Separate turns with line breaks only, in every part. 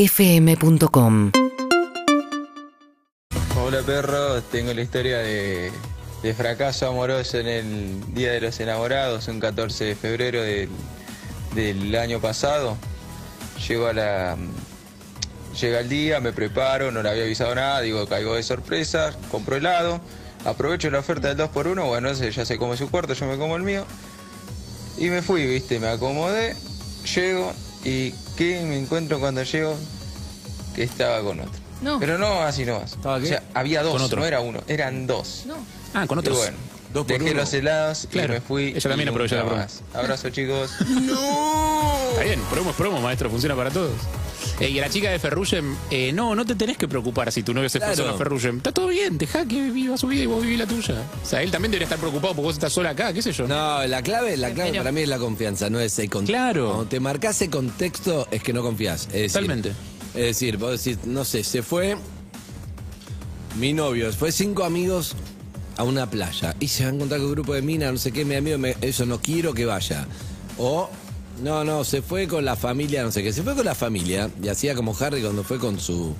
UrbanaPlayFM.com
Hola perros, tengo la historia de, de fracaso amoroso en el Día de los Enamorados, un 14 de febrero del, del año pasado. Llego a la. Llega el día, me preparo, no le había avisado nada, digo, caigo de sorpresa, compro helado, aprovecho la oferta del 2x1, bueno, ese ya se come su cuarto, yo me como el mío. Y me fui, viste, me acomodé, llego y ¿qué me encuentro cuando llego? Que estaba con otro.
No.
Pero no así nomás.
¿Estaba
O
qué?
sea, había dos,
Con otro.
no era uno, eran dos.
No.
Ah, con
Y
otros.
bueno,
Dos por
dejé
uno.
los helados
Claro.
y me fui.
Ella también
y
aprovechó la
nunca
broma.
más. Abrazo chicos.
Está bien, promo es promo, maestro, funciona para todos. Eh, y a la chica de Ferrugem, eh, no, no te tenés que preocupar si tu novio se
Claro.
esposa con Ferrugem. Está todo bien, dejá que viva su vida y vos vivís la tuya. O sea, él también debería estar preocupado porque vos estás sola acá, qué sé yo.
No, la clave, la clave
Pero-
para mí es la confianza, no es el contexto.
Claro.
Cuando te marcas el contexto es que no confías. Es decir-
Totalmente.
Es decir, vos decís, no sé, se fue mi novio, fue cinco amigos a una playa y se va a encontrar con un grupo de minas, no sé qué, mi amigo, me- eso no quiero que vaya. O, no, no, se fue con la familia, no sé qué, se fue con la familia y hacía como Harry cuando fue con su...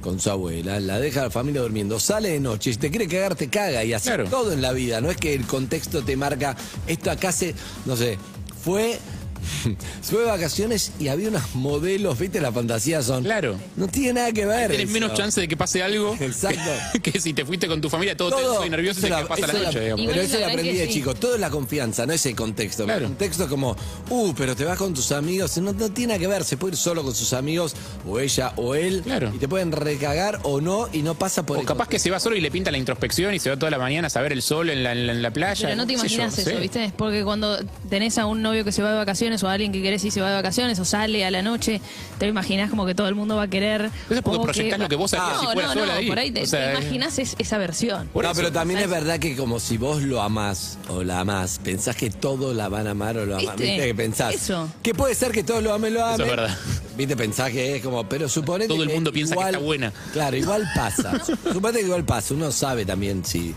Con su abuela, la deja a la familia durmiendo, sale de noche, si te quiere cagar, te caga y así
Claro.
todo en la vida. No es que el contexto te marca, esto acá se, no sé, fue, fue de vacaciones y había unos modelos, viste, la fantasía son.
Claro.
No tiene nada que ver.
Tienes
eso.
menos chance de que pase algo
Exacto.
que, que si te fuiste con tu familia todo,
Todo,
tenso y nervioso y
eso
te
la-
quedas pasa la
eso la-
noche, digamos.
Igual
Pero eso
la
lo
verdad
aprendí
que
de
sí.
chico. Todo es la confianza, no es el contexto.
Claro.
El contexto es como, uh, pero te vas con tus amigos. No, no tiene nada que ver. Se puede ir solo con sus amigos, o ella, o él.
Claro.
Y te pueden recagar o no, y no pasa por
O
el
capaz que
contexto.
se va solo y le pinta la introspección y se va toda la mañana a ver el sol en la, en la- en la playa.
Pero no te
qué sé yo,
imaginas
no
eso,
sé.
¿viste? Porque cuando tenés a un novio que se va de vacaciones o a alguien que querés y se va de vacaciones o sale a la noche, te lo imaginás como que todo el mundo va a querer.
Eso es porque
o
proyectás lo que vos harías
no,
si fueras
no,
sola
no,
ahí.
por ahí te,
O sea,
te
eh.
imaginás es- esa versión.
Por
no,
eso.
pero también es verdad que como si vos lo amás o la amás, pensás que todos la van a amar o lo amás.
¿Viste?
¿Viste? que pensás.
Eso.
Que puede ser que todos lo amen, lo amen.
Eso es verdad.
Viste, pensás que es como, pero suponete
Todo el
que
mundo piensa que está buena.
Claro, igual pasa. suponete que igual pasa. Uno sabe también si,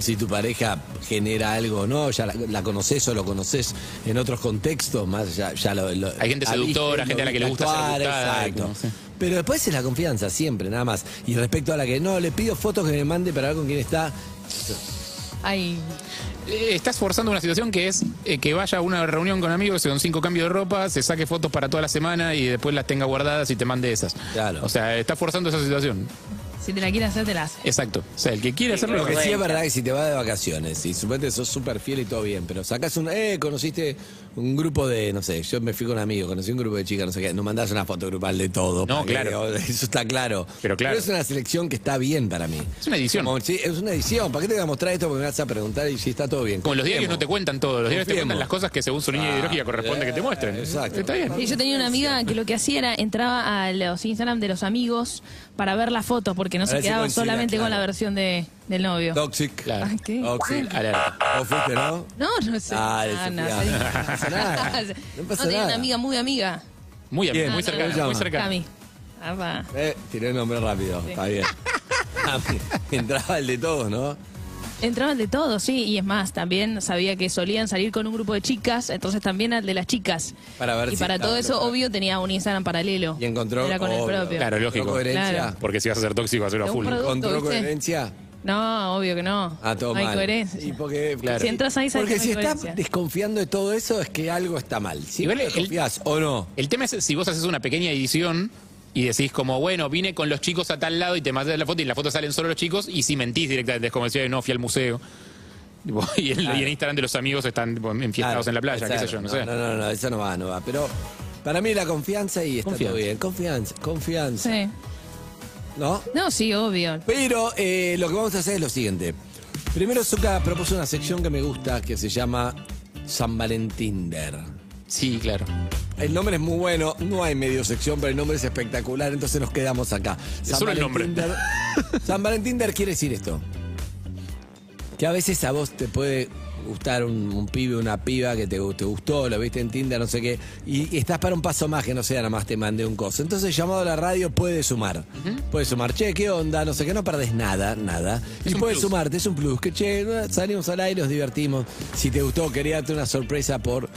si tu pareja genera algo o no, ya la, la conoces o lo conoces en otros contextos, más ya, ya lo, lo-
Hay gente
la
seductora,
viste,
gente a la que
lo
le
viste
gusta ser gustada,
Exacto.
como, sí.
Pero después es la confianza, siempre, nada más. Y respecto a la que no, le pido fotos que me mande para ver con quién está.
Ay,
Eh, Estás forzando una situación que es eh, que vaya a una reunión con amigos, se den cinco cambios de ropa, se saque fotos para toda la semana y después las tenga guardadas y te mande esas.
Claro.
O sea, estás forzando esa situación.
si te la quieres hacer, te la haces.
Exacto. O sea, el que quiere hacerlo
Lo
lo
que
que
sí es verdad que si te vas de vacaciones y suponete sos súper fiel y todo bien, pero sacás un. Eh, conociste un grupo de. No sé, yo me fui con un amigo, conocí un grupo de chicas, no sé qué. No mandás una foto grupal de todo.
No,
para que-
claro.
eso está claro.
Pero claro.
es una selección que está bien para mí.
Es una edición.
Como, sí, es una edición. ¿Para qué te voy a mostrar esto? Porque me vas a preguntar y si está todo bien.
Como los diarios no te
Confiemos.
cuentan todo, los diarios te
Confiemos.
cuentan las cosas que según su línea
Ah,
ideológica corresponde que te muestren.
exacto.
Está bien.
Y yo tenía una amiga que lo que hacía era entraba a los Instagram de los amigos para ver las fotos porque no
A
se
ver si
quedaban
coincidía,
solamente con
claro.
la versión de, del novio.
Toxic.
Claro.
Ah, ¿qué?
Toxic.
Alerta.
¿O fuiste, no?
No, no sé.
Ah,
Ah,
Sofía.
no,
No
sí.
pasa nada. No pasa
tenía una
nada.
amiga muy amiga.
Muy, am-
Bien.
muy
Ah,
cercana,
no, no.
muy cercana.
Cami. Apa.
Eh, tiré el nombre rápido, está bien. Ah, Entraba el de todos, ¿no?
Entraban de todo, sí, y es más, también sabía que solían salir con un grupo de chicas, entonces también al de las chicas.
Para ver
y
si
para
estaba
todo eso,
loca.
obvio, tenía un Instagram paralelo.
Y encontró.
Era con el
obvio,
propio.
Claro, lógico.
Encontró coherencia.
Claro.
Porque si vas a ser tóxico, hacerlo a
Un
full.
producto,
Encontró
¿viste?
coherencia.
No, obvio que no.
A Ah, todo
no hay
mal.
coherencia.
Y porque,
Claro.
Si entras ahí, sabes
porque
que no hay
si estás
coherencia.
desconfiando de todo eso, es que algo está mal. Si
Igual el-
desconfías o no.
El tema es si vos haces una pequeña edición y decís como, bueno, vine con los chicos a tal lado y te mandas la foto y en la foto salen solo los chicos y si mentís directamente, es como decía, no, fui al museo. Tipo, Y en, y en Instagram de los amigos están tipo, enfiestados
Claro,
en la playa, qué
exacto.
sé yo, no, sé.
No, no, no, eso no va, no va. Pero para mí la confianza y está
Confianza.
todo bien. Confianza, confianza.
Sí.
¿No?
No, sí, obvio.
Pero eh, lo que vamos a hacer es lo siguiente. Primero Zuka propuso una sección que me gusta que se llama San Valentinder.
Sí, claro.
El nombre es muy bueno, no hay medio sección, pero el nombre es espectacular, entonces nos quedamos acá.
solo el nombre.
Valentinder- San Valentinder quiere decir esto. Que a veces a vos te puede gustar un, un pibe, una piba que te, gu- te gustó, lo viste en Tinder, no sé qué, y, y estás para un paso más que no sea, nada más te mande un coso. Entonces llamado a la radio puede sumar. Puede sumar, che, qué onda, no sé qué, no perdés nada, nada.
Es
y
un
puedes
plus.
sumarte, es un plus, que che, eh, salimos al aire, nos divertimos. Si te gustó, quería darte una sorpresa por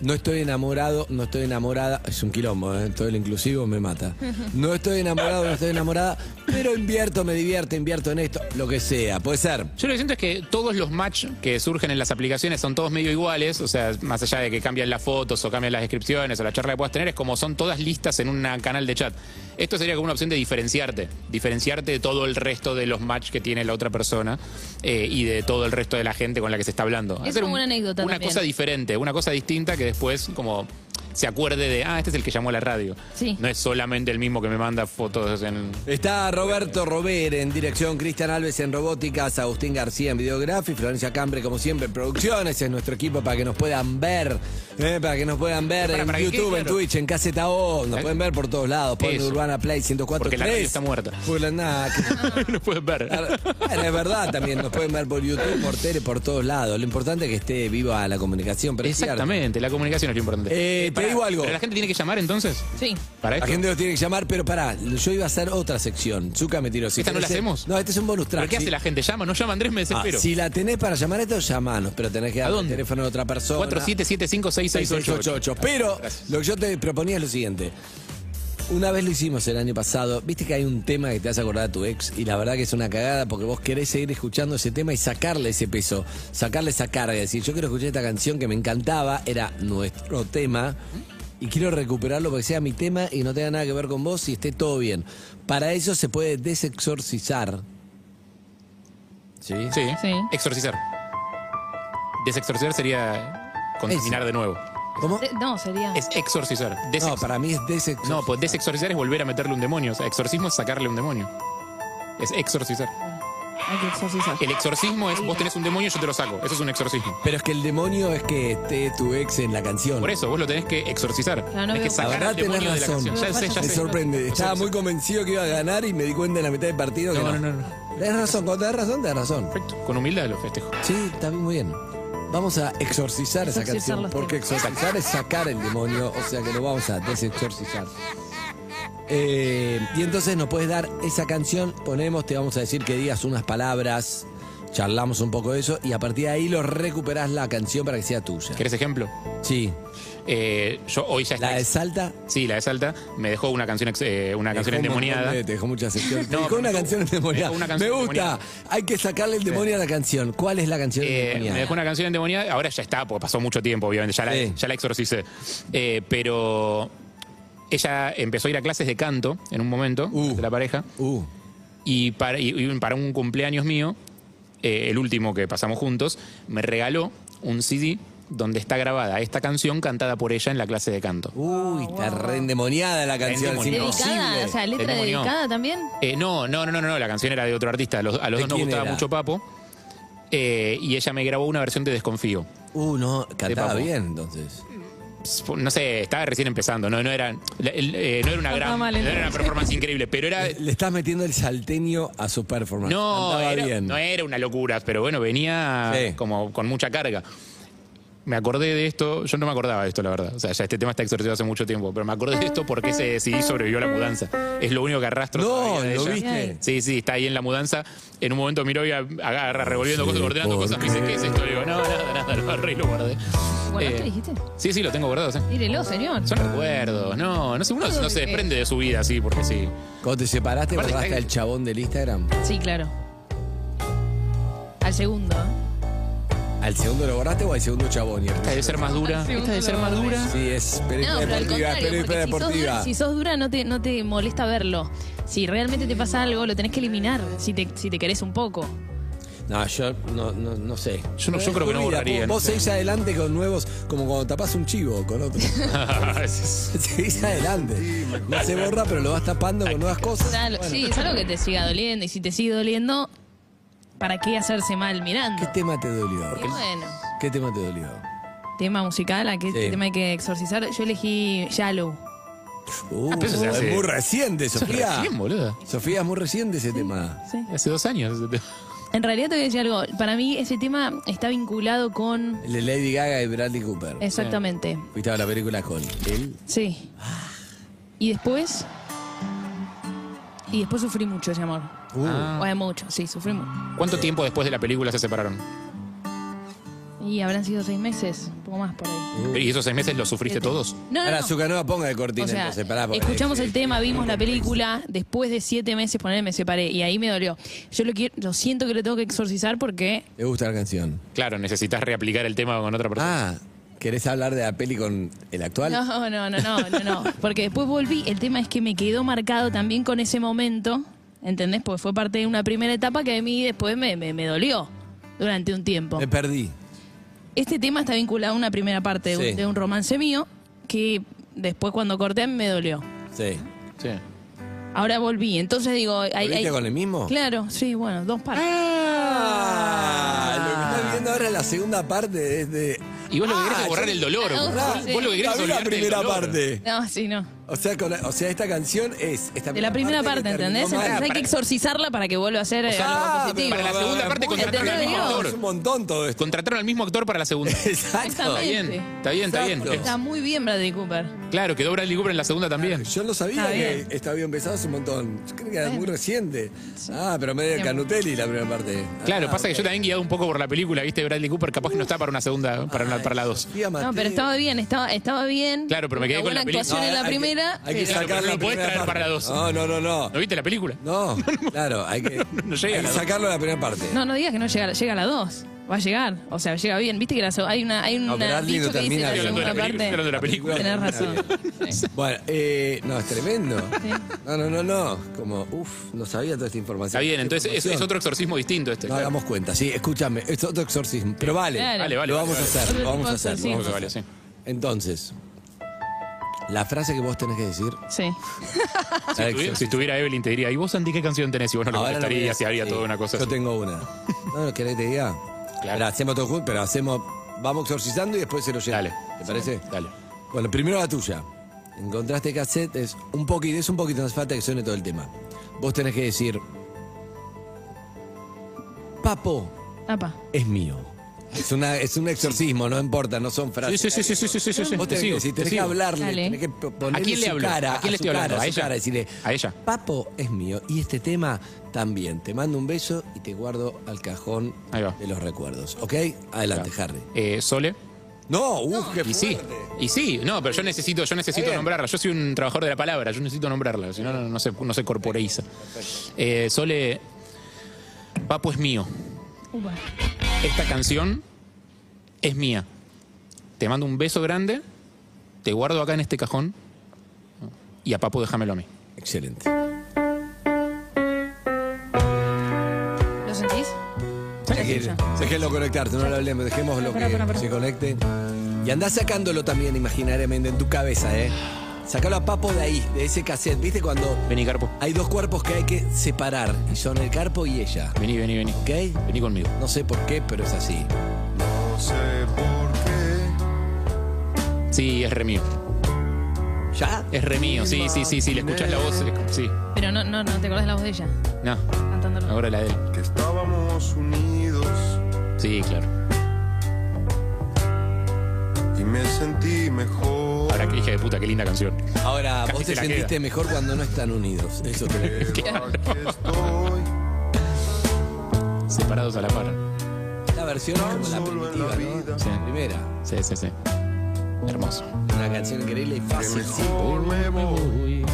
No estoy enamorado, no estoy enamorada. Es un quilombo, ¿eh? todo el inclusivo me mata. No estoy enamorado, no estoy enamorada, pero invierto, me divierto, invierto en esto, lo que sea. Puede ser.
Yo lo que siento es que todos los match que surgen en las aplicaciones son todos medio iguales, o sea, más allá de que cambian las fotos o cambian las descripciones o la charla que puedas tener, es como son todas listas en un canal de chat. Esto sería como una opción de diferenciarte, diferenciarte de todo el resto de los match que tiene la otra persona eh, y de todo el resto de la gente con la que se está hablando.
Es como una anécdota
Una
también.
cosa diferente, una cosa distinta que después como se acuerde de, ah, este es el que llamó a la radio.
Sí.
No es solamente el mismo que me manda fotos en...
Está Roberto Rober en dirección, Cristian Alves en robóticas, Agustín García en videografía, y Florencia Cambre, como siempre, en producciones, es nuestro equipo para que nos puedan ver, ¿eh? para que nos puedan ver
Para-
en
para que quede
YouTube, en
claro.
Twitch, en KZO, nos
¿Eh?
pueden ver por todos lados, por
Eso.
Urbana Play 104.
Porque la radio está muerta.
Por la- nah, que-
Ah.
no puedes ver.
Bueno, es verdad también, nos pueden ver por YouTube, por tele, por todos lados. Lo importante es que esté viva la comunicación, pero es cierto.
Exactamente, la comunicación es lo importante.
Eh, te
pará,
digo algo.
¿Pero la gente tiene que llamar entonces?
Sí.
La
Para esto.
gente los tiene que llamar, pero pará, yo iba a hacer otra sección. Zuka me tiró. si
¿Esta no
querés,
la
eh,
hacemos?
No, este es un bonus track.
¿Pero qué
sí.
hace la gente? ¿Llama? ¿No llama Andrés? Me
Ah,
desespero.
si la tenés para llamar a esto, llamanos, pero tenés que dar el
dónde?
teléfono de otra persona.
47756688.
6688. Pero
Gracias.
lo que yo te proponía es lo siguiente. Una vez lo hicimos el año pasado, viste que hay un tema que te hace acordar a tu ex y la verdad que es una cagada porque vos querés seguir escuchando ese tema y sacarle ese peso, sacarle esa carga. Es decir, yo quiero escuchar esta canción que me encantaba, era nuestro tema y quiero recuperarlo porque sea mi tema y no tenga nada que ver con vos y esté todo bien. Para eso se puede desexorcizar. ¿Sí?
Sí.
Sí.
Exorcizar. Desexorcizar sería contaminar
Eso.
de nuevo.
¿Cómo?
De- no, sería.
Es exorcizar.
No,
Desex-
para mí es desexorcizar.
no, pues desexorcizar es volver a meterle un demonio. O sea, exorcismo es sacarle un demonio. Es exorcizar.
Hay que exorcizar.
El exorcismo es vos tenés un demonio, yo te lo saco. Eso es un exorcismo.
Pero es que el demonio es que esté tu ex en la canción.
Por eso, vos lo tenés que exorcizar.
Ya no
tenés que
veo-
La
sacar
verdad
al
tenés
demonio de la
razón.
canción. Ya sé, ya
me
sé.
sorprende. Estaba muy convencido que iba a ganar y me di cuenta en la mitad del partido que
No,
no.
no, no, no.
Tenés razón, cuando tenés razón, tenés razón.
Perfecto. Con humildad lo festejo.
Sí, está bien, muy bien. Vamos a exorcizar esa
Exorcizar
canción,
los
porque exorcizar es sacar el demonio, o sea que lo vamos a desexorcizar. Eh, y entonces nos puedes dar esa canción, ponemos, te vamos a decir que digas unas palabras, charlamos un poco de eso, y a partir de ahí lo recuperás la canción para que sea tuya.
¿Querés ejemplo?
Sí,
Eh, yo hoy ya está.
la de Salta
Sí, la de Salta. Me dejó una canción, ex- eh, una
Dejó
canción
un montón
endemoniada. Eh,
de- Te dejó muchas secciones. Te
No,
dejó
pero
una
me dejó-
canción
me
endemoniada.
dejó una
me
canción
gusta.
endemoniada.
Hay que sacarle el demonio a la canción. ¿Cuál es la canción
Eh, me
endemoniada?
dejó una canción endemoniada. Ahora ya está, porque pasó mucho tiempo, obviamente. Ya la,
Sí.
ya la exorcicé. Eh, pero ella empezó a ir a clases de canto en un momento
Uh.
de la pareja.
Uh,
Y para, y- y para un cumpleaños mío, eh, el último que pasamos juntos, me regaló un CD donde está grabada esta canción cantada por ella en la clase de canto.
uy, está re endemoniada la canción. Es
endemoniada.
Ah, Dedicada,
imposible.
o sea, letra
Demonio.
dedicada también.
Eh, no, no, no, no, no, la canción era de otro artista. A los, a los
¿De
dos nos
quién
gustaba
era?
mucho Papo. Eh, y ella me grabó una versión de Desconfío.
Uh, no, cantaba
Papo.
bien entonces.
No sé, estaba recién empezando, no, no, era, la- el- eh, no era una
Cantaba
gran.
mal,
no era una
entonces.
performance increíble, pero era.
Eh, Le estás metiendo el salteño a su performance.
Eh, No,
Cantaba
era,
bien.
no era una locura, pero bueno, venía
Sí.
como con mucha carga. Me acordé de esto, yo no me acordaba de esto, la verdad. O sea, ya este tema está exorcizado hace mucho tiempo, pero me acordé de esto porque ese CD sobrevivió a la mudanza. Es lo único que arrastro.
No,
todavía de
lo
ella.
viste.
Sí, sí, está ahí en la mudanza. En un momento mi novia agarra, revolviendo
Sí,
cosas, ordenando
¿por
cosas, me dice, ¿qué es esto? Le digo, no, nada, nada, lo agarré y lo guardé.
¿Guardaste,
Eh,
dijiste?
Sí, sí, lo tengo guardado, sí.
Mírelo, señor.
Son recuerdos, no, no sé, uno no se desprende de su vida así, porque sí.
Cuando te separaste,
Aparte, eh,
borraste
está-
al chabón del Instagram.
Sí, claro. Al segundo. ¿eh?
¿Al segundo lo borraste o al segundo chabón? Y el
Esta debe ser más dura.
Ah, Sí,
Esta debe ser más dura.
Sí, es película
No, pero al
deportiva,
contrario,
película
porque si sos,
deportiva.
dura, si sos dura no te, no te molesta verlo. Si realmente te pasa algo, lo tenés que eliminar, si te, si te querés un poco.
No, yo no, no, no sé.
Yo no- yo creo que no
Mira,
borraría, este
Vos,
no
vos
sé.
seguís adelante con nuevos, como cuando tapás un chivo con otro. seguís adelante. No se borra, pero lo vas tapando con nuevas
O
cosas.
sea, lo- Sí, es algo que te siga doliendo. Y si te sigue doliendo, ¿para qué hacerse mal mirando?
¿Qué tema te dolió?
Y bueno,
¿Qué tema te dolió?
tema musical, ¿a qué
Sí.
tema hay que exorcizar? Yo elegí Shallow.
Uh,
pero eso se
es
hace-
muy reciente, Sofía.
Recién, boludo.
Sofía, es muy reciente ese tema.
Sí.
Hace dos años.
En realidad te voy a decir algo. Para mí ese tema está vinculado con...
El de Lady Gaga y Bradley Cooper.
Exactamente.
Fuiste a ver la película con él.
Sí. Y después... Y después sufrí mucho ese amor.
Uh,
Ah.
O sea, mucho, sí, sufrí mucho.
¿Cuánto tiempo después de la película se separaron?
Y habrán sido seis meses, un poco más por ahí.
¿Y esos seis meses los sufriste todos?
No, no,
Ahora,
no.
Zucanova, ponga de cortina
O sea,
entonces, pará, porque-
escuchamos el tema, vimos la película, después de siete meses, ponerme me separé y ahí me dolió. Yo lo, quiero, lo siento que lo tengo que exorcizar porque
¿Te gusta la canción?
Claro, necesitas reaplicar el tema con otra persona.
Ah, ¿querés hablar de la peli con el actual?
No, no, no, no, no, no. Porque después volví. El tema es que me quedó marcado también con ese momento, ¿entendés? Porque fue parte de una primera etapa que a mí después me, me, me dolió durante un tiempo.
Me perdí.
Este tema está vinculado a una primera parte de un-
Sí.
de un romance mío que después cuando corté me dolió.
Sí.
Sí.
Ahora volví. Entonces digo... Hay,
¿Volviste
hay-
con el mismo?
Claro, sí, bueno, dos partes.
Ah, lo que estás viendo ahora es la segunda parte de... de-
Y vos lo que querés
Ah,
es borrar
yo-
el dolor.
Ah,
Vos,
sí.
vos lo que querés
La
es
vi la
olvidarte del
primera
dolor.
parte.
No, sí, no.
O sea, con la- o sea, esta canción es... esta
De la primera parte,
que terminó
¿entendés?
mal.
Entonces hay que
para-
exorcizarla para que vuelva a ser eh,
Ah,
algo positivo.
para la
pero-
segunda parte
muy
contrataron
bien.
al mismo
No,
actor.
Es un montón todo esto.
Contrataron al mismo actor para la segunda.
Exacto.
Está bien, está bien, está bien.
Exacto.
Está muy bien Bradley Cooper.
Claro, quedó Bradley Cooper en la segunda también.
Yo no sabía
Está
que
bien.
estaba bien pesado hace un montón. Yo creo que era muy reciente. Ah, pero medio de
Bien.
Canutelli la primera parte. Ah,
Claro, pasa que yo también guiado un poco por la película, viste, Bradley Cooper capaz que no está para una segunda, para, una- para la dos.
No, pero estaba bien, estaba, estaba bien.
Claro, pero me
Una
quedé con
buena
la película.
actuación en la primera.
Hay que
pero-
sacar
Claro, pero no
la
lo podés
primera
traer
parte.
para la dos.
No, no, no, no.
¿No viste la película?
No, claro, hay que,
no llega
hay
a
que
la dos.
sacarlo de la primera parte.
No, no digas que no llega, llega a la 2. Va a llegar. O sea, llega bien. Viste que la, so- hay una, hay
No,
una
pero Bradley
dicho
no
que dice
termina
la
Estoy hablando de
segunda
la película. estoy hablando de
parte.
la película.
Tenés razón. Sí.
Bueno, eh, no, es tremendo. No, no, no, no. Como, uff, no sabía toda esta información.
Está bien, entonces es, es
Información.
otro exorcismo distinto este.
No
Claro.
hagamos cuenta, sí, escúchame, es otro exorcismo. Pero vale,
Claro.
Vale, vale,
lo
vale,
vamos
vale.
a hacer,
Otro
lo vamos
tipo
a
de
hacer. lo
exorcismo.
vamos a
Vale,
hacer.
sí.
Entonces, la frase que vos tenés que decir.
Sí.
la
Si tuviera-
exorcismo.
Si estuviera Evelyn te diría, ¿y vos Andy qué canción tenés? Y vos no lo
Ahora lo voy a
contestarías y
decir,
haría
sí.
toda una cosa
Yo
así.
tengo una. No, no, ¿querés que te diga?
Claro.
Pero hacemos todo juntos, pero hacemos. Vamos exorcizando y después se lo lleva.
Dale.
¿Te parece?
Dale.
Bueno, primero la tuya. Encontraste cassette, es un poquito, es un poquito, no hace falta que suene todo el tema. Vos tenés que decir. Papo
Apa.
es mío. Es, una, es un exorcismo, no importa, no son frases.
Sí, sí, sí, sí, sí, sí, sí, sí.
Vos
Te
tenés
sigo,
que, decir,
te
tenés que
sigo.
hablarle,
Dale.
tenés que po- ponerle
¿A quién le
su
hablo?
cara,
¿A quién le
su
estoy
cara,
hablando? ¿A
su
ella?
cara, decirle,
¿A ella?
Papo es mío y este tema también. Te mando un beso y te guardo al cajón
Ahí va.
de los recuerdos, ¿ok? Adelante, Harry.
Eh, Sole.
No, uff, qué
Y sí,
fuerte.
y sí, no, pero yo necesito, yo necesito
bien.
nombrarla. Yo soy un trabajador de la palabra, yo necesito nombrarla, si no, no, no se, no se corporeiza. Eh, Sole, Papo es mío.
Upa.
Esta canción es mía. Te mando un beso grande, te guardo acá en este cajón y a Papo déjamelo a mí.
Excelente.
¿Lo sentís?
Déjelo déjenlo conectarse, no lo hablemos, dejémoslo
Pará, pará,
que
pará.
se conecte. Y andá sacándolo también imaginariamente en tu cabeza, ¿eh? Sacalo a Papo de ahí, de ese cassette. ¿Viste cuando
Vení, Carpo.
hay dos cuerpos que hay que separar? Y son el carpo y ella,
Vení, vení, vení.
¿ok?
Vení conmigo.
No sé por qué, pero es así.
No sé por qué.
Sí, es re mío.
¿Ya?
Es re mío, sí, sí, sí, sí. Le escuchás la voz. eh, Sí.
Pero no, no, no te acordás la voz de ella
No,
cantándolo.
ahora la de él.
Que estábamos unidos
Sí, claro.
y me sentí mejor.
Ahora que hija de puta, qué linda canción.
Ahora,
Casi
vos
se
te
la
sentiste
queda.
mejor cuando no están unidos. Eso te
Pero aquí estoy,
Separados a la par.
La versión es como la
Solo en la
primitiva, ¿no?
vida.
Sí. La primera.
Sí, sí, sí. Hermoso.
Una canción increíble y
que
fácil.
mejor me voy.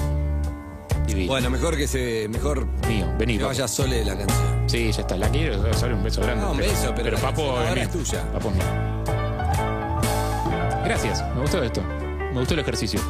Divino.
Bueno, mejor que se... Mejor
mío, vení.
que
papo.
vaya sole la canción.
Sí, ya está. La quiero, sale un beso grande.
No, un beso, pero la
papo
canción ahora
mío.
es tuya.
Papo es mío. Gracias, me gustó esto. Me gustó el ejercicio.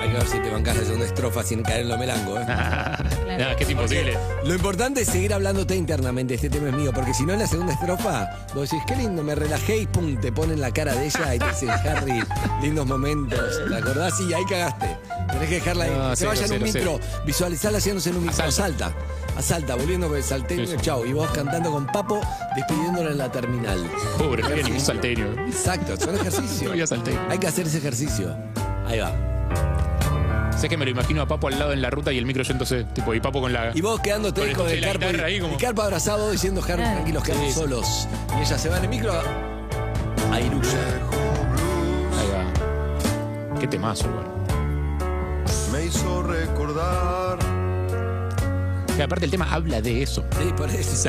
Hay que ver si te bancas la segunda estrofa sin caer en lo melango, ¿eh?
Nada, es que es imposible.
Lo importante es seguir hablándote internamente, este tema es mío, porque si no en la segunda estrofa, vos decís, qué lindo, me relajé y pum, te ponen la cara de ella y te dicen, Harry, lindos momentos, ¿te acordás? Y ahí cagaste. Tenés que dejarla ahí.
No,
Que
sí,
se vaya
lo
en
sé,
un
lo sé.
micro, visualizarla haciéndose en un micro,
Asalta.
asalta. Asalta, volviendo con el salteño,
Sí, sí.
chau. Y vos cantando con Papo, despidiéndola en la terminal.
Pobre, no había ningún salteño.
Exacto, es un ejercicio.
No había salteño.
Hay que hacer ese ejercicio. Ahí va.
Sé que me lo imagino a Papo al lado en la ruta y el micro yéndose. Tipo, y Papo con la.
Y vos quedándote
Con
con, el
el toque de la
carpo,
guitarra ahí como-
el carpo abrazado diciendo, Harry,
Claro.
tranquilos, quedamos solos. Y ella se va en el micro a a Iruya.
Ahí va. Qué temazo, güey.
Me hizo recordar
Que aparte el tema habla de eso.
Sí, por eso.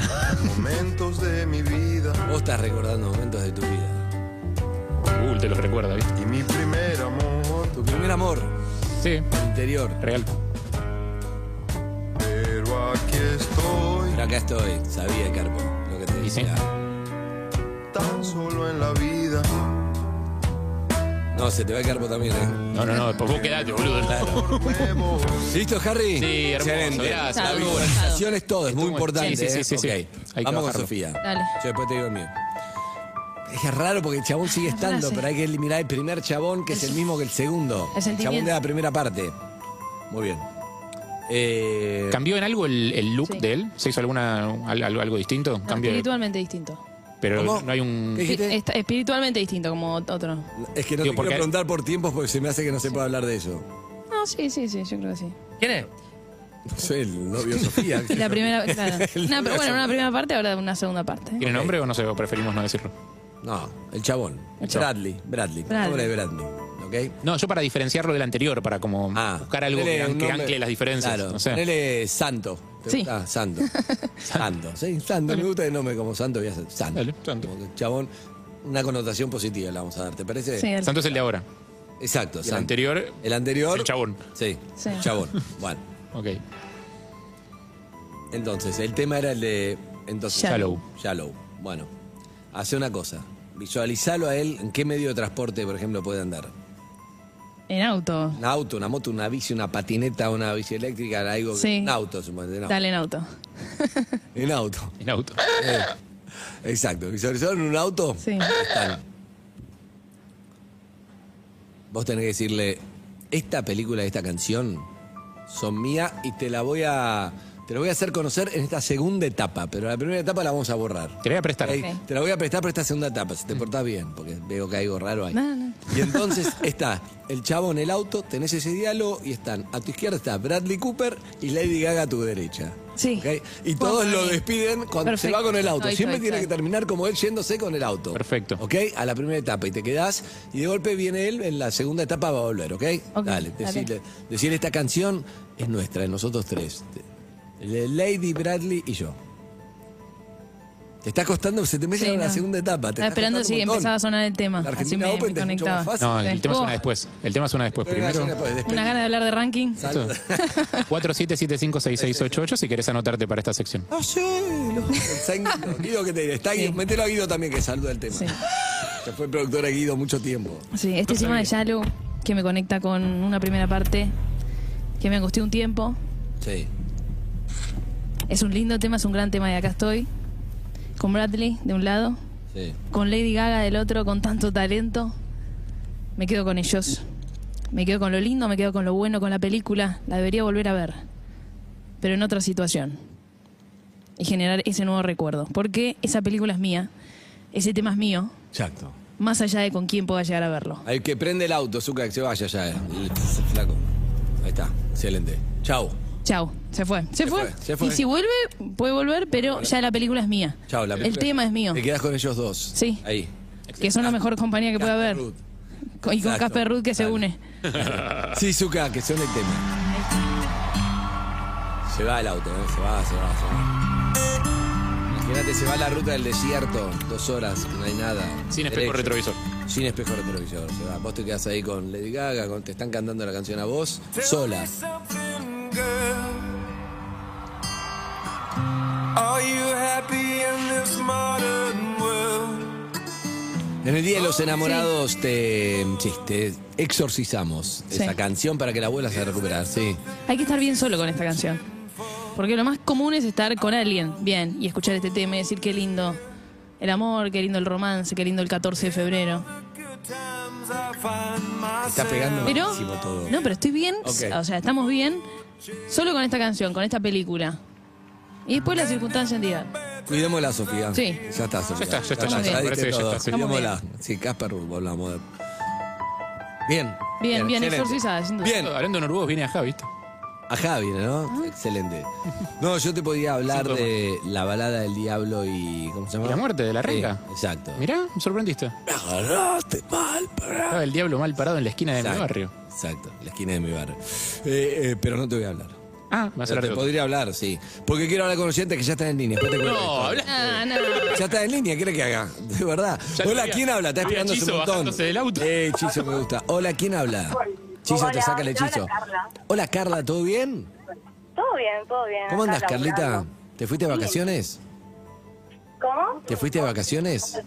momentos de mi vida
Vos estás recordando momentos de tu vida.
Google te los recuerda, ¿viste?
y mi primer amor.
Tu primer amor,
Sí,
el interior.
real.
Pero aquí estoy,
Pero acá estoy, sabía, Carpo, lo que te
Y sí.
decía.
tan solo en la vida.
No, se te va el Carpo también, ¿eh?
No, no, no, pues vos quedate, boludo.
Me voy.
¿Listo, Harry?
Sí, hermoso, gracias.
La
Chao.
visualización es todo, es muy
Estuvo-
importante.
sí, sí,
¿eh?
sí, sí, sí.
Ok,
Hay que
Vamos con
bajarlo.
Sofía.
Dale.
Yo después te digo el mío. Es raro porque el chabón sigue
La
estando,
frase.
pero hay que eliminar el primer chabón que es el mismo que el segundo.
El sentimiento.
chabón de la primera parte. Muy bien. Eh,
¿Cambió en algo el, el look
Sí.
de él? ¿Se hizo alguna, al- algo, algo distinto?
No,
Cambió.
espiritualmente distinto.
Pero
¿Cómo?
no hay un.
¿Qué dijiste?
Está- espiritualmente distinto, como otro.
Es que no
Digo,
te
porque-
quiero preguntar por tiempos porque se me hace que no se pueda hablar de eso.
No, sí, sí, sí, yo creo que sí.
¿Quién es?
No sé, el novio de Sofía.
La primera, claro.
El
Una-
novio de
bueno, una
Sofía.
primera parte, ahora una segunda parte.
¿Tiene nombre o no sé? o preferimos no decirlo?
No, el chabón.
El chabón.
Bradley, Bradley.
Bradley.
Nombre de Bradley. ¿Ok?
No, yo para diferenciarlo del anterior, para como
Ah,
buscar algo
ponele
que,
un
an- que
nombre-
ancle las diferencias.
Claro,
no sé.
ponele Santo. ¿Te
Sí.
gusta? Santo. Santo. Sí, Santo. Me gusta el nombre como Santo. Voy a hacer Santo.
Dale, Santo.
Como que, Chabón, una connotación positiva la vamos a dar. ¿Te parece?
Sí, el-
Santo es el de ahora.
Exacto,
Y el
Santo.
anterior.
El anterior.
El chabón.
Sí,
Sí.
el chabón. Bueno,
Ok.
entonces, el tema era el de. Entonces,
Shallow.
Shallow. Bueno, hace una cosa. Visualizalo a él en qué medio de transporte, por ejemplo, puede andar.
en auto.
Un auto, una moto, una bici, una patineta, una bici eléctrica, algo. que-
Sí.
Un auto, suponete. no.
Dale en auto.
En auto.
En auto.
Eh, exacto. Visualizaron en un auto.
Sí.
Están. Vos tenés que decirle, esta película y esta canción son mía y te la voy a. Te la voy a hacer conocer en esta segunda etapa, pero la primera etapa la vamos a borrar.
Te la voy a prestar. Mm.
Ey,
Ok.
Te la voy a prestar para esta segunda etapa, si te portás bien, porque veo que hay algo raro ahí.
No, no.
Y entonces está el chavo en el auto, tenés ese diálogo y están. A tu izquierda está Bradley Cooper y Lady Gaga a tu derecha.
Sí.
¿Ok? Y todos
Bueno,
lo
sí.
despiden cuando se
Perfecto.
va con el auto.
Estoy,
Siempre
estoy,
tiene que
estoy.
terminar como él yéndose con el auto.
Perfecto.
¿Ok? A la primera etapa y te quedás y de golpe viene él, en la segunda etapa va a volver, ¿ok?
Ok,
Dale,
dale.
decirle, decirle, esta canción es nuestra, de nosotros tres. De- de Lady Bradley y yo. Te está costando, se te mete
Sí,
en la
no.
segunda etapa. te
Estaba
está
esperando
costando
si
un montón.
empezaba a sonar el tema.
La
Así
Argentina
me,
Open
me
te es mucho
conectaba.
más fácil.
No, el tema
Oh.
suena después. El tema suena después.
Pero
Primero.
después, después.
Una gana de hablar de ranking.
Salta.
47756688 si querés anotarte para esta sección.
Ah, sí, lo- está en- Guido que te diré, está Guido,
Sí.
metelo a Guido también que saluda el tema.
Sí.
Que fue productor de Guido mucho tiempo.
Sí, este tema de Yalo que me conecta con una primera parte que me costó un tiempo.
Sí.
Es un lindo tema, es un gran tema y acá estoy. Con Bradley de un lado,
Sí.
con Lady Gaga del otro, con tanto talento. Me quedo con ellos. Me quedo con lo lindo, me quedo con lo bueno, con la película. La debería volver a ver, pero en otra situación. Y generar ese nuevo recuerdo. Porque esa película es mía, ese tema es mío,
Exacto.
más allá de con quién pueda llegar a verlo.
Al que prende el auto, Zucca, que se vaya ya. eh, el flaco. Ahí está. Excelente. Chau.
Chau, se fue. Se, fue.
fue, se fue.
Y si vuelve, puede volver, pero ya la película es mía.
Chau, la
El
película.
tema es mío.
Te quedas con ellos dos.
Sí.
Ahí.
Que son la mejor compañía que puede haber.
Ruth.
Co- Y con
Exacto.
Casper Ruth que se
Dale.
une.
Sí, Zucca, que suene el tema. Se va el auto, ¿eh? se va, se va, se va. Imagínate, se va la ruta del desierto, dos horas, no hay nada.
Sin espejo
Derecho.
retrovisor.
Sin espejo retrovisor, se va. Vos te quedás ahí con Lady Gaga, con- te están cantando la canción a vos, sola.
Are you happy in this modern world?
En el Día de los Enamorados te, sí, te exorcizamos
Sí.
esa canción para que la vuelvas a recuperar, sí.
Hay que estar bien solo con esta canción. Porque lo más común es estar con alguien, bien, y escuchar este tema y decir qué lindo el amor, qué lindo el romance, qué lindo el 14 de febrero.
Está pegando
Pero,
muchísimo todo.
no, pero estoy bien,
Ok.
o sea, estamos bien solo con esta canción, con esta película. Y después las circunstancias en día.
Cuidémosla, Sofía.
Sí.
Ya está, Sofía.
Ya está, ya está,
ya está,
ya
me
diste
parece que ya
todo.
está, sí.
Estamos bien.
Cuidémosla. Sí, Casper, volvamos. Bien.
Bien, bien,
excelente.
exorcizada, sin duda.
Bien.
Hablando de noruegos, viene acá, ¿viste?
A Javi, ¿no?
Ah.
Excelente. No, yo te podía hablar
Sin
de la balada del diablo y. ¿Cómo se llama?
Y la muerte de la renga.
Sí, exacto.
Mirá, me sorprendiste.
Me agarraste mal, pará.
Estaba el diablo mal parado en la esquina de mi
Exacto,
barrio.
Exacto, la esquina de mi barrio. Eh, eh, pero no te voy a hablar.
Ah, me hace
Pero te
la pelota.
podría hablar, sí. Porque quiero hablar con oyentes que ya están en línea. Después te cuento la
No,
historia.
habla.
Ah, no.
Ya está en línea, quiere que haga. De verdad.
Ya lo
Hola,
vi a-
¿quién habla? Está
lo vi a
esperando un
Chizo
montón.
bajándose del auto.
Eh, Chizo me gusta. Hola, ¿quién habla? Chizo, te
Hola,
saca el hechizo.
hola, Carla.
Hola, Carla, ¿todo bien?
Todo bien, todo bien.
¿Cómo
acá
andas, Carlita?
laburando.
¿Te fuiste de vacaciones?
¿Cómo?
¿Te fuiste de vacaciones?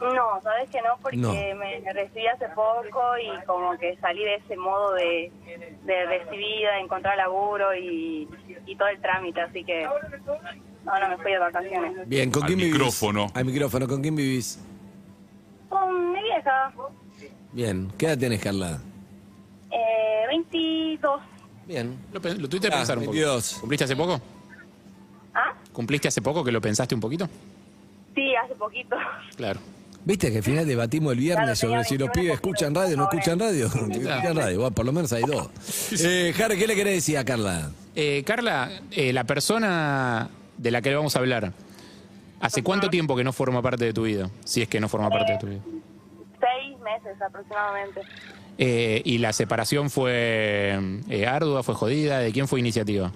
No, sabes que no, porque
No.
me recibí hace poco y como que salí de ese modo de, de recibida, de encontrar laburo y, y todo el trámite, así que ahora me fui de vacaciones.
Bien, ¿con
Al
quién vivís?
micrófono.
Al micrófono, ¿con quién vivís?
Con mi vieja,
Bien, ¿qué edad tenés, Carla?
eh, 22.
Bien.
Lo, pe- lo tuviste que
Ah,
pensar un poco.
22.
¿Cumpliste hace poco?
¿Ah?
¿Cumpliste hace poco que lo pensaste un poquito?
Sí, hace poquito.
Claro.
¿Viste que al final debatimos el viernes
Claro, tenía
sobre si los
21
pibes escuchan radio o no
ahora.
escuchan radio? Escuchan radio, bueno, por lo menos hay dos. Eh, Jare, ¿qué le querés decir a Carla?
Eh, Carla, eh, la persona de la que vamos a hablar, ¿hace cuánto tiempo que no forma parte de tu vida? Si es que no forma parte de tu vida.
Seis meses aproximadamente.
Eh, ¿Y la separación fue eh, ardua, fue jodida? ¿De quién fue iniciativa?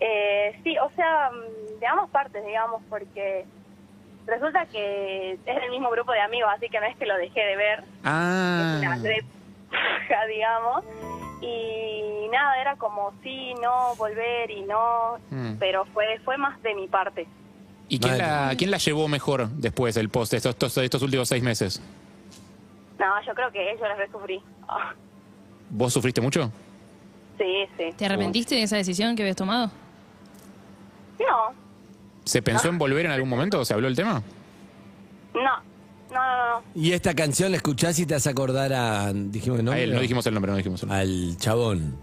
Eh, sí, o sea, mm, de ambas partes, digamos, porque resulta que es el mismo grupo de amigos, así que no es que lo dejé de ver, es
Ah,
una re paja, digamos. Y nada, era como sí, no, volver y no,
Mm.
pero fue fue más de mi parte.
¿y quién
Vale.
la, quién la llevó mejor después el post de estos, estos, estos últimos seis meses?
No, yo creo que yo las resufrí. Ah,
¿Vos sufriste mucho?
sí, sí.
¿Te arrepentiste de esa decisión que habías tomado?
No,
¿Se pensó en volver en algún momento? ¿Se habló el tema?
no, no, no, no.
Y esta canción la escuchás y te vas a acordar a. Dijimos, ¿no?
A él, no dijimos el nombre, no dijimos el nombre.
Al chabón.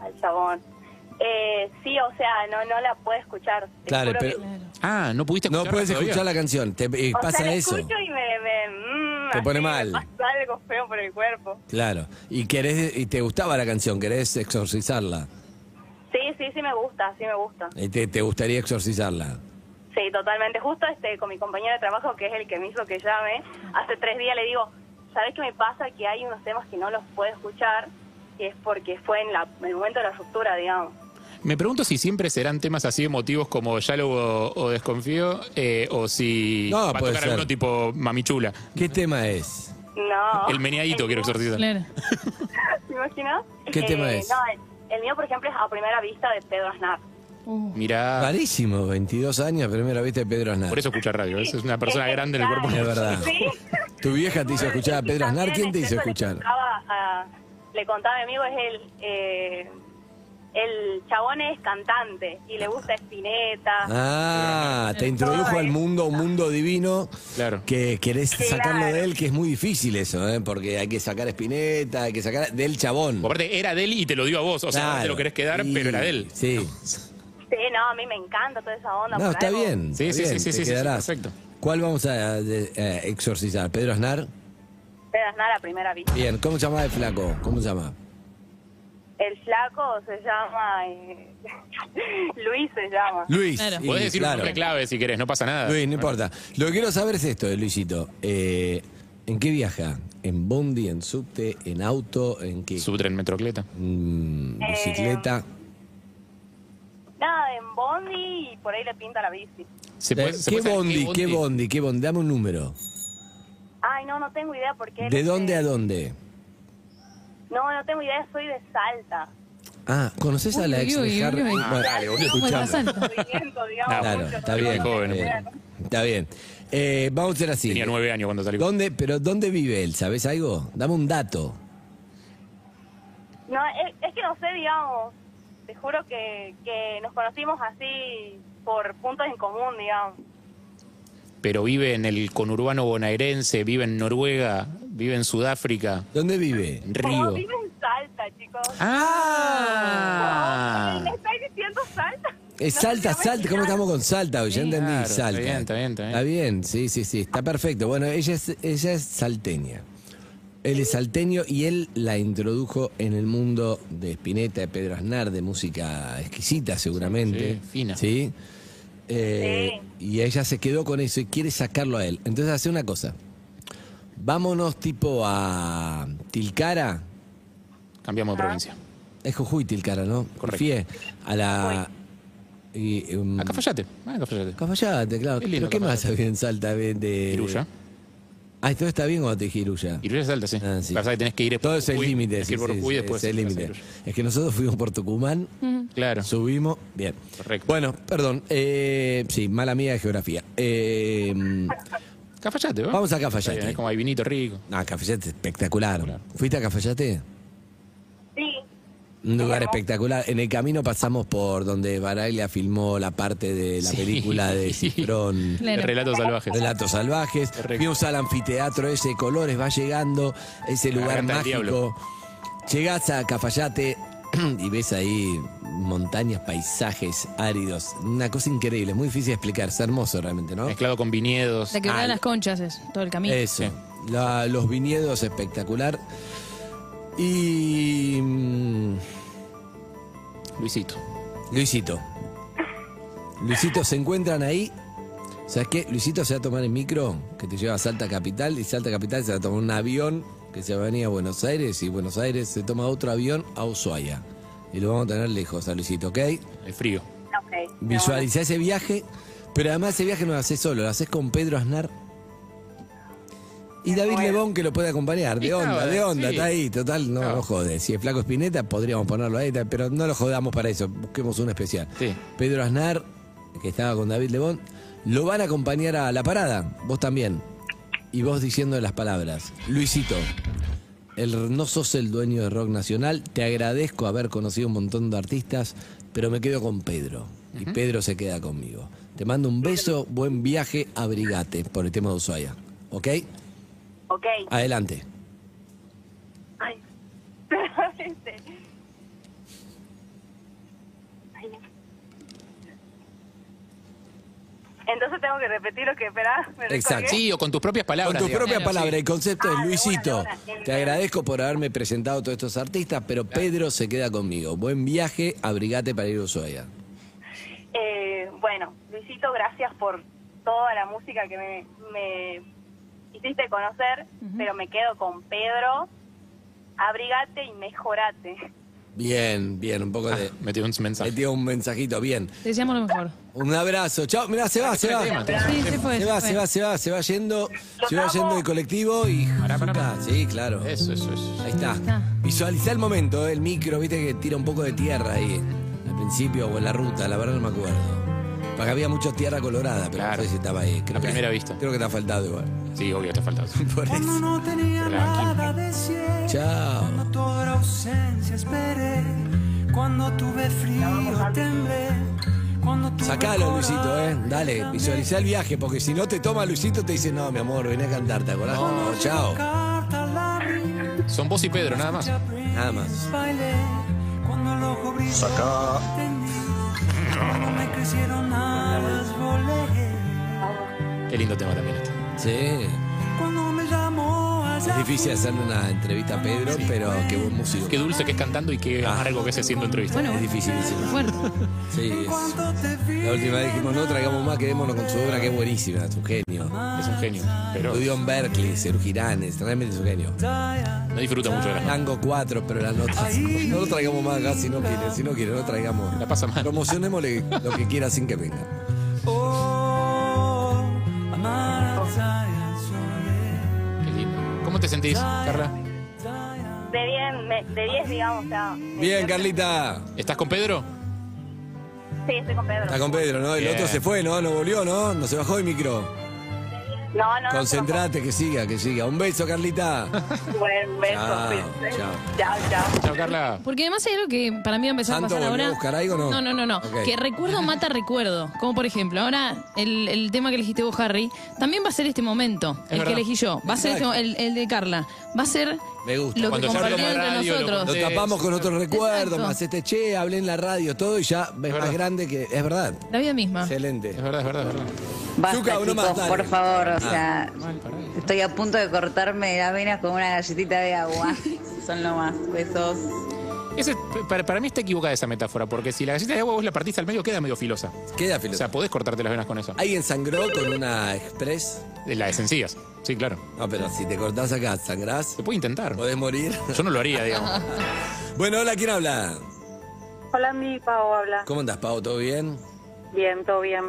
al chabón. Eh, sí, o sea, no no la puedo escuchar. te
Claro,
juro
pero-
que-
Ah, ¿no pudiste
No
escucharla
puedes
todavía?
escuchar la canción. Te, eh,
O
pasa
sea, la
eso.
escucho y me, me- mm,
Te pone
así,
mal.
me pasa algo feo por el cuerpo.
Claro. Y querés, y te gustaba la canción, querés exorcizarla.
Sí, sí, sí me gusta, sí me gusta.
Eh, Te, te gustaría exorcizarla.
Sí, totalmente. Justo este con mi compañero de trabajo, que es el que me hizo que llame, hace tres días le digo, ¿sabes qué me pasa? Que hay unos temas que no los puedo escuchar, que es porque fue en la, en el momento de la ruptura, digamos.
Me pregunto si siempre serán temas así emotivos como ya lo o, o desconfío eh, o si
No,
va a
puede
tocar
ser.
alguno tipo mamichula.
¿Qué tema es?
No.
El meneadito quiero exorcizar.
Claro.
¿Te imaginas? Eh,
¿Qué tema es?
No, el, el mío, por ejemplo, es A Primera Vista de Pedro Aznar.
Uh,
Mirá,
Rarísimo, 22 años, primera vista de Pedro Aznar.
Ah. por eso escucha radio. ¿ves? Es una persona
Es
grande en el cuerpo.
genial.
Es verdad.
Sí.
Tu vieja te hizo escuchar a Pedro Aznar. ¿Quién te hizo
También,
escuchar?
Le contaba, a- ah, le contaba a mi amigo, es el, eh, el chabón es cantante y le gusta Spinetta.
Ah, te introdujo al mundo, un mundo divino.
Claro.
Que querés
Claro.
sacarlo de él, que es muy difícil eso, ¿eh? Porque hay que sacar a Spinetta, hay que sacar del chabón.
Aparte, era de él y te lo dio a vos. O sea, no te lo querés quedar,
Sí,
pero era de él.
Sí.
Sí, no, a mí me encanta toda esa onda.
No,
por
está
algo.
bien.
Sí,
está
sí,
bien,
sí, sí,
te
sí, sí,
quedarás.
perfecto.
¿Cuál vamos a de- eh, exorcizar? ¿Pedro Aznar?
Pedro Aznar a primera vista.
Bien, ¿cómo se llama el flaco? ¿Cómo se llama?
El flaco se llama... eh, Luis se llama.
Luis.
Claro.
Y,
Podés decir
claro,
un nombre clave si querés, no pasa nada.
Luis, no importa. Lo que quiero saber es esto de Luisito. Eh, ¿En qué viaja? ¿En bondi, en subte, en auto, en qué?
Subtren Metrocleta.
Mm, ¿Bicicleta?
Eh,
Nada, en Bondi y por ahí le pinta la bici.
¿Se
Eh,
puede- se
¿Qué,
puede saber
bondi, ¿Qué bondi? ¿Qué bondi? Dame un número.
Ay, no, no tengo idea porque... él
¿De
es
dónde a
de-
dónde?
No, no tengo idea, soy de Salta.
Ah, ¿conoces a la
Uy,
ex
uy,
de Harry?
uy, uy.
Bueno,
dale, boludo,
¿Cómo
Ah, escuchame.
estás, Alfa?
Movimiento, digamos,
Claro,
mucho.
Ah, está bien.
Ah, joven,
eh, Está bien. Eh, vamos a hacer así.
Tenía nueve años cuando salió.
¿Dónde, pero ¿dónde vive él? ¿Sabes algo? Dame un dato.
No, es, es que no sé, digamos. Te juro que, que nos conocimos así por puntos en común, digamos.
Pero vive en el conurbano bonaerense, vive en Noruega, vive en Sudáfrica,
¿Dónde vive?
en
No,
Río.
vive en Salta, chicos.
¡Ah!
¿Me estáis diciendo Salta?
Es
No
Eh, Salta,
sé si me
Salta. ¿Cómo estamos con Salta? hoy? Ya entendí,
claro, está
Salta.
bien, está bien, está bien.
sí, sí, sí. Está perfecto. Bueno, ella es, ella es salteña. Él es salteño y él la introdujo en el mundo de Spinetta, de Pedro Aznar, de música exquisita seguramente.
Sí, fina.
¿Sí? Eh, Y ella se quedó con eso y quiere sacarlo a él. Entonces hace una cosa. Vámonos tipo a Tilcara,
Cambiamos de provincia.
Es Jujuy Tilcara, ¿no?
Correcto.
Fie a la... Y, um,
Acá fallate. ah, Acá fallate.
Cafayate, claro.
Es lindo
¿Pero qué más
Cafayate.
había en Salta? Había de...
Iruya.
Ah, todo está bien cuando te dije Iruya.
Iruya es alta, sí.
Ah, sí.
La verdad que tenés que ir
Todo es el
Jujuy,
límite.
tenés que
sí,
ir por
sí,
Jujuy
sí,
después.
Es el
tenés que
límite.
hacer
Es que nosotros fuimos por Tucumán,
Iruya. Claro.
subimos, bien.
Correcto.
Bueno, perdón. eh, sí, mala mía de geografía. Eh,
Cafayate, ¿verdad?
Vamos a Cafayate.
¿eh? Está bien, ¿Ah? Es como hay vinito rico.
ah, Cafayate, espectacular.
Espectacular.
¿Fuiste a Cafayate?
Sí,
Un lugar
Claro.
espectacular. En el camino pasamos por donde Baraglia filmó la parte de la
Sí.
película de Cifrón.
Claro.
Relatos salvajes.
Relatos salvajes.
Correcto.
Vimos al anfiteatro ese de colores, va llegando, ese
La
lugar
garganta del
mágico. Llegás a Cafayate y ves ahí montañas, paisajes áridos. Una cosa increíble, muy difícil de explicar, es hermoso realmente, ¿no?
Mezclado con viñedos.
La quebrada
Ah,
de las conchas es todo el camino.
Eso.
Sí.
La- los viñedos espectacular. Y mm,
Luisito.
Luisito. Luisito se encuentran ahí. ¿Sabes qué? Luisito se va a tomar el micro que te lleva a Salta Capital y Salta Capital se va a tomar un avión que se va a venir a Buenos Aires y Buenos Aires se toma otro avión a Ushuaia. Y lo vamos a tener lejos a Luisito, ¿ok?
El frío.
ok.
Visualiza ese viaje, pero además ese viaje no lo haces solo, lo haces con Pedro Aznar y David Lebón que lo puede acompañar.
Y
De
estaba,
onda, de onda,
sí.
está ahí, total, no,
Estaba.
no jode. Si es Flaco Espineta, podríamos ponerlo ahí, tal, pero no lo jodamos para eso, busquemos un especial.
Sí.
Pedro Aznar, que estaba con David Lebón, lo van a acompañar a la parada, vos también. Y vos diciendo las palabras, Luisito, el, no sos el dueño de rock nacional, te agradezco haber conocido un montón de artistas, pero me quedo con Pedro. Y Pedro se queda conmigo. Te mando un beso, buen viaje, abrigate por el tema de Ushuaia. ¿Ok?
Ok.
Ah. Adelante.
Ay. Este. Ay. Entonces tengo que repetir lo que esperaba. me
Exacto.
recolgué.
Sí, o con tus propias palabras.
Con tu
digamos.
propia palabra, el concepto
Ah,
es
de
Luisito.
una, de una.
Te agradezco por haberme presentado a todos estos artistas, pero Pedro se queda conmigo. Buen viaje, abrigate para ir a Ushuaia.
Eh, bueno, Luisito, gracias por toda la música que me, me hiciste conocer, pero me quedo con Pedro. Abrigate y mejorate.
Bien, bien, un poco
Ah,
de.
metió un mensaje.
Metió un mensajito, bien.
Te deseamos lo mejor.
Un abrazo, chao. Mirá, se va, se va.
Sí, se fue.
Se va,
fue.
se va, se va, se va yendo,
Los
se va
amo.
yendo el colectivo y.
Pará, pará, pará.
Sí, claro.
Eso, eso, eso.
Ahí está.
está.
Visualizá el momento, eh, el micro, viste que tira un poco de tierra ahí. Al principio o en la ruta, la verdad no me acuerdo. Porque había mucha tierra colorada, pero no
Claro.
sé si estaba ahí. Creo
A
que-
primera vista.
Creo que te ha faltado igual.
Sí, obvio, está faltado.
Por eso.
No tenía nada de cielo.
Chao.
Cuando toda la ausencia esperé. Cuando tuve frío temblé. Cuando tuve
Sacalo, Luisito, eh.
coraje,
Dale, visualizá el viaje, porque si no te toma Luisito, te dice, no, mi amor, vení a cantar, ¿te acordás? No, chao.
Carta la ri-
Son vos y Pedro, nada más.
Nada más.
Bailé cuando el ojo brilló. tendí. Cuando me crecieron alas volé.
Qué lindo tema también este.
Sí.
Cuando me llamó allá
Es difícil hacerle una entrevista a Pedro, pero qué buen músico.
Qué dulce que es cantando y qué amargo que es haciendo entrevista.
Es dificilísimo.
Fuerte.
Sí, es. La última vez dijimos, no traigamos más, quedémonos con su obra, que es buenísima, es un genio.
Es un genio. Pero
Estudió en Berkeley, Sergio Giranes, realmente es un genio.
no disfruta mucho de la noche.
Tango 4, pero la nota. No lo traigamos más acá si no quiere, si no quiere, no lo traigamos.
La pasa mal.
Promocionémosle lo que quiera sin que venga.
Oh, amar a Zion, soñé.
Qué lindo. ¿Cómo te sentís, Carla?
De 10, me- de 10 digamos. O sea, me-
Bien, Carlita.
¿Estás con Pedro?
Sí, estoy con Pedro.
Está con Pedro, ¿no? El
Bien.
otro se fue, ¿no? No volvió, ¿no? No se bajó el micro.
No, no, no.
Concentrate, que siga, que siga. Un beso, Carlita.
Buen beso.
Chao,
cuídense.
chao.
chao. chao.
Chao, Carla.
Porque además hay algo que para mí va a empezar
¿Santo
a pasar
volvió
ahora.
a buscar algo o no?
No, no, no. no.
Ok.
Que recuerdo mata recuerdo. Como por ejemplo, ahora el, el tema que elegiste vos, Harry, también va a ser este momento. el
verdad.
que elegí yo. Va a ser este mo- el, el de Carla. Va a ser
Me gusta.
lo que
Cuando salga por
compartimos entre
radio, lo
nosotros.
Lo
Sí,
tapamos con otros recuerdos,
Exacto.
más este che, hablé en la radio, todo, y ya es más
verdad. Ah.
grande que. Es verdad.
La vida misma.
Excelente.
Es verdad, es verdad, es verdad.
Basta,
Zucca, uno más,
chicos,
dale.
por favor, o
Ah.
sea, estoy a punto de cortarme las venas con una galletita de agua. Son lo más. Besos.
Ese- para, para mí está equivocada esa metáfora, porque si la galleta de agua vos la partís al medio, queda medio filosa.
Queda
O
filosa.
sea, podés cortarte las venas con eso.
¿Alguien sangró con una express?
De Las sencillas. Sí, claro.
No, pero si te cortás acá, sangrás,
Se puede intentar.
podés morir.
Yo no lo haría, digamos.
Bueno, hola, ¿quién habla?
Hola, mi Pau habla.
¿Cómo andás, Pavo? ¿Todo bien?
Bien, todo bien.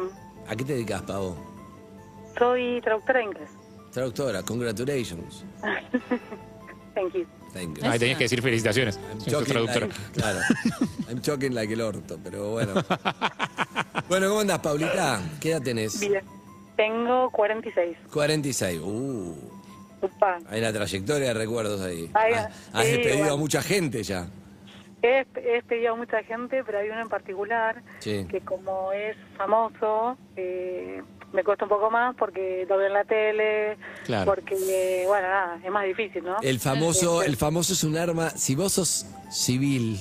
¿A qué te dedicas, Pavo?
Soy traductora de inglés.
Traductora, congratulations.
Thank you.
Thank you.
Ahí tenías que decir felicitaciones.
I'm
Sos
choking
traductora.
like- claro. I'm choking like el orto, pero bueno. Bueno, ¿cómo andás, Paulita? ¿Qué edad tenés?
Bien. Tengo 46.
46. Uh,
Upa.
hay una trayectoria de recuerdos ahí.
Ay,
Ha- Has
sí,
despedido
bueno.
a mucha gente ya.
He, he pedido a mucha gente, pero hay uno en particular
Sí.
que como es famoso, eh, me cuesta un poco más porque lo veo en la tele,
Claro.
porque, eh, bueno, nada, es más difícil, ¿no? Este,
El famoso, el famoso es un arma. Si vos sos civil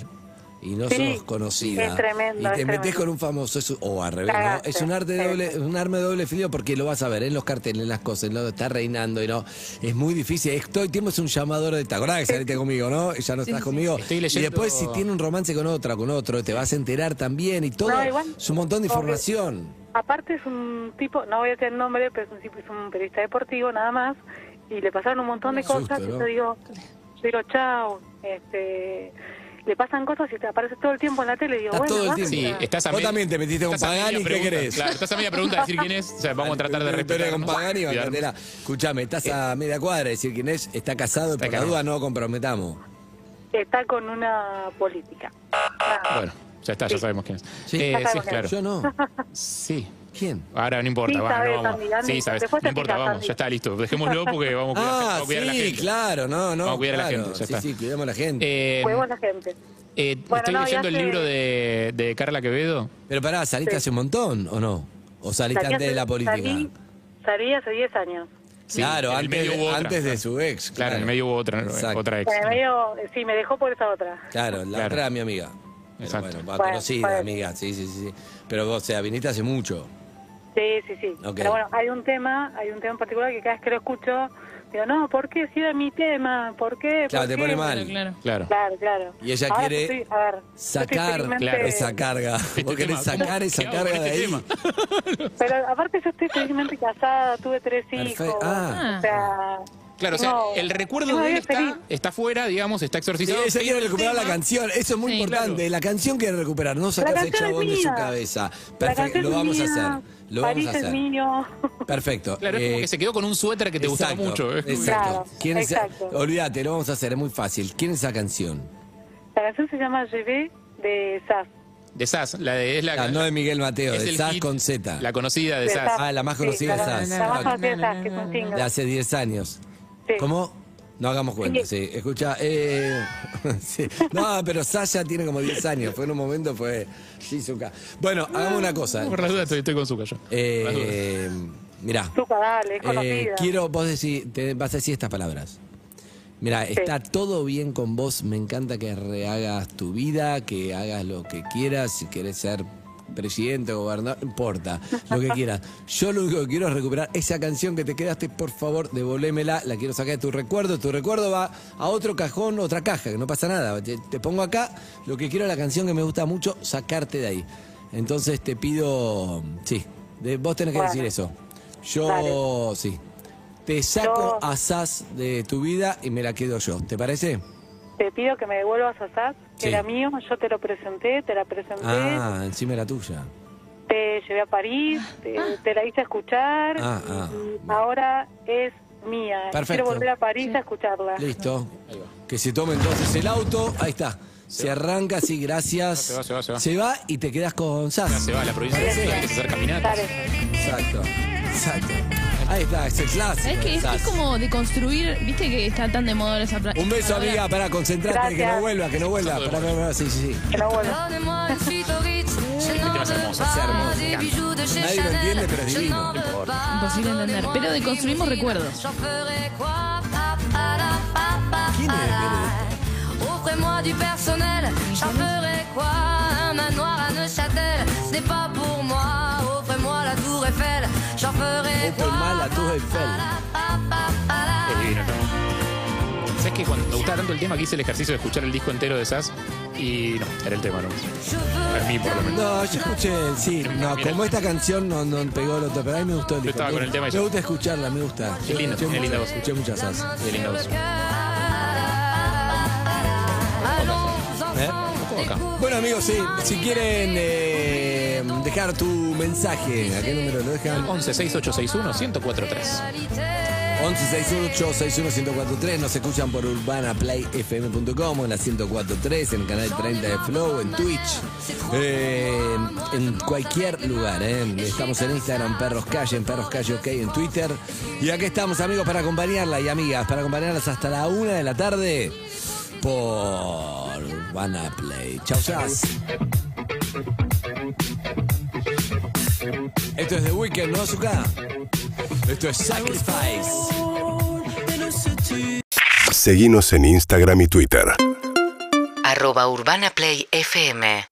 y no
Sí,
sos conocida
es tremendo,
y
es
te metés
tremendo.
con un famoso, es un- o al revés, ¿no?
Cagaste,
es un arte de
sí.
doble, un arma de doble filo porque lo vas a ver en los carteles, en las cosas, en lo que está reinando y no. Es muy difícil. Es- todo el tiempo es un llamador de ¿Te acordás que saliste conmigo, no? Y ya no estás conmigo.
Estoy
Y
leyendo-
después si tiene un romance con otra, con otro, te vas a enterar también y todo.
No, igual-
es un montón de
Obvio.
información.
Aparte es un tipo, no voy a decir el nombre, pero es un, tipo- es un periodista deportivo nada más, y le pasaron un montón de
Susto,
cosas,
¿no?
y yo digo, yo digo, chao, este, le pasan cosas y te aparece todo el tiempo en la tele, y digo,
Está
bueno,
todo el
basta.
tiempo.
Sí, estás a
Vos
me-
también te metiste con
estás a media
Pagani, ¿qué
pregunta.
querés?
Claro, estás a media pregunta de decir quién es. O sea, vamos a tratar de
Me enteré
respetar.
con Pagani, Bandatera. Escuchame, estás a media cuadra, decir quién es, está casado y
Eh. Está
por la
casado.
duda no comprometamos.
Está con una política. Nada.
Bueno, ya está, ya sabemos quién es.
Sí.
Eh,
Ya
sí,
sabemos
claro.
Yo no.
Sí.
¿Quién?
Ahora no importa,
Sí,
va,
sabes,
no vamos.
Andy, Andy,
sí, sabes.
después
No
te
importa,
fijas,
vamos,
Andy.
ya está, listo. Dejémoslo porque vamos a cuidar,
Ah,
vamos a cuidar a la
sí,
gente.
claro, no, no.
Vamos a cuidar a la
claro.
gente, ya
sí,
está.
sí, cuidamos a la gente.
Eh,
Huevos la gente.
eh,
Bueno,
estoy
no, y
leyendo el
hace-
libro de, de Carla Quevedo.
Pero pará, ¿saliste
sí.
hace un montón o no? ¿O saliste
Salí
antes de
hace-
la política?
Salí, salí hace 10 años.
Sí,
claro,
en el
antes,
medio
de-
hubo otra.
antes de su ex.
Claro, en el medio hubo otra,
Exacto.
otra ex.
Bueno, medio, sí, me dejó por esa otra.
Claro, la
Claro.
otra era mi amiga. Pero
Exacto.
Bueno, va
Bueno,
conocida,
bueno.
amiga, sí, sí, sí. Pero, o sea, viniste hace mucho.
Sí, sí, sí.
Ok.
Pero bueno, hay un tema, hay un tema en particular que cada vez que lo escucho, digo, no, ¿por qué? Si era mi tema, ¿por qué?
Claro, te
¿Por qué?".
pone
Claro,
mal.
claro.
Claro.
Claro, claro.
Y ella
Ahora
quiere
estoy- a ver, yo estoy
Sacar
felizmente-
claro, Este
esa carga. Vos querés
tema,
sacar
¿cómo-
esa
qué hago
carga
con
de
este
ahí.
tema?
Pero aparte yo estoy felizmente casada, tuve tres
Perfecto.
hijos.
Ah.
O sea,
Claro, o sea,
no,
el recuerdo
una
de él
vida
está,
feliz.
está fuera, digamos, está
Sí,
exorcizado.
ella quiere
pero el
recuperar la
tema-
canción, eso es muy
Sí,
importante.
claro.
La canción quiere recuperar, no
La
sacas el
canción es
chabón de su
mía.
cabeza.
la
Perfecto,
canción
lo
es
vamos
mía,
a hacer. Lo
París
vamos a
es
hacer.
mío.
Perfecto.
Claro, es
eh,
como que se quedó con un suéter que te
exacto,
gustaba mucho. ¿eh? Es como-
Exacto.
Claro,
¿Quién es-
exacto.
Olvídate, lo vamos a hacer, es muy fácil. ¿Quién es esa canción?
La canción se llama Je vais de Sass.
De Sass, la de, es la,
Ah, no de Miguel Mateo,
es
de
el
Sass
hit,
con Z.
La conocida de
De
Sass.
Ah, la más
Sí,
conocida
la,
es
La,
Sass.
más conocida es Sass, que es un single.
De hace 10 años.
Sí.
¿Cómo? No hagamos cuenta, sí.
Sí.
Escucha, eh, sí. no, pero Sasha tiene como 10 años. Fue en un momento, fue Shizuka. Bueno, hagamos una cosa.
Ah, Por las dudas estoy, estoy con su callo. Por las dudas.
Eh, mirá.
Zucca, dale, es
Eh,
conocida.
quiero, vos decís, te vas a decir estas palabras. Mira, está todo bien con vos, me encanta que rehagas tu vida, que hagas lo que quieras, si querés ser presidente, gobernador, no importa, lo que quieras. Yo lo único que quiero es recuperar esa canción que te quedaste, por favor, devolvémela, la quiero sacar de tu recuerdo, tu recuerdo va a otro cajón, otra caja, que no pasa nada, te, te pongo acá, lo que quiero es la canción que me gusta mucho, sacarte de ahí. Entonces te pido, sí, de- vos tenés que
Bueno.
decir eso. Yo,
Dale.
sí. Te saco
Yo-
a Sas de tu vida y me la quedo yo. ¿Te parece?
Te pido que me devuelvas a Sass, que
Sí.
era mío, yo te lo presenté, te la presenté,
Ah, encima era tuya.
te llevé a París, te, te la hice escuchar,
Ah, ah.
y ahora es mía.
Perfecto.
Quiero volver a París a escucharla.
Listo. Que se tome entonces el auto. Ahí está. Se arranca, sí, gracias.
Se va, se va, se va.
y te quedas con
Ya
Sas.
Ah, se va a la provincia de Sas, empieza a hacer caminatas.
Dale.
Exacto. Exacto. Ahí está, es el clásico.
¿Sabes
de
qué? Esto
Sas.
es como de construir, viste que está tan de moda esa frase.
Un beso, amiga, para concentrarte, que no
Gracias.
vuelva, que no vuelva. Pará, pará, pará, sí, sí, sí.
Que no vuelva.
Te vas hermoso.
Nadie lo entiende, pero es divino.
Imposible entender, pero de construimos recuerdos.
¿Quién es? Belén?
Offrez-moi du personnel, j'en ferai quoi Un manoir à Neuchâtel, c'est pas pour moi. Offrez-moi la tour Eiffel, j'en ferai
Open mal a tu Eiffel.
Ah. Es divino, ¿no? ¿Sabes que cuando me gustaba tanto el tema que hice el ejercicio de escuchar el disco entero de SAS y no, era el tema, ¿no? A mí por lo menos.
No, yo escuché el sí. No,
Mira.
como esta canción no, no pegó el otro, pero a mí me gustó el disco.
estaba con el tema y
Me
yo-
gusta escucharla, me gusta.
Es linda,
Escuché
tiene linda
muchas-
voz.
Escuché muchas as.
Qué linda voz.
¿Eh?
Ojo acá.
Bueno, amigos, sí. Si quieren eh, dejar tu mensaje, ¿a qué número lo dejan?
11 6861 1043.
11-618-611-1043. Nos escuchan por urbanaplayfm.com, en la 1043, en el canal 30 de Flow, en Twitch, eh, en cualquier lugar. eh. Estamos en Instagram, Perros Calle, en Perros Calle OK, en Twitter. Y aquí estamos, amigos, para acompañarla y amigas, para acompañarlas hasta la una de la tarde por Urbana Play. Chau, chau. Esto es The Weeknd, ¿no, Azuka? Esto es Sacrifice.
Seguinos en Instagram y Twitter.
Arroba Urbana Play FM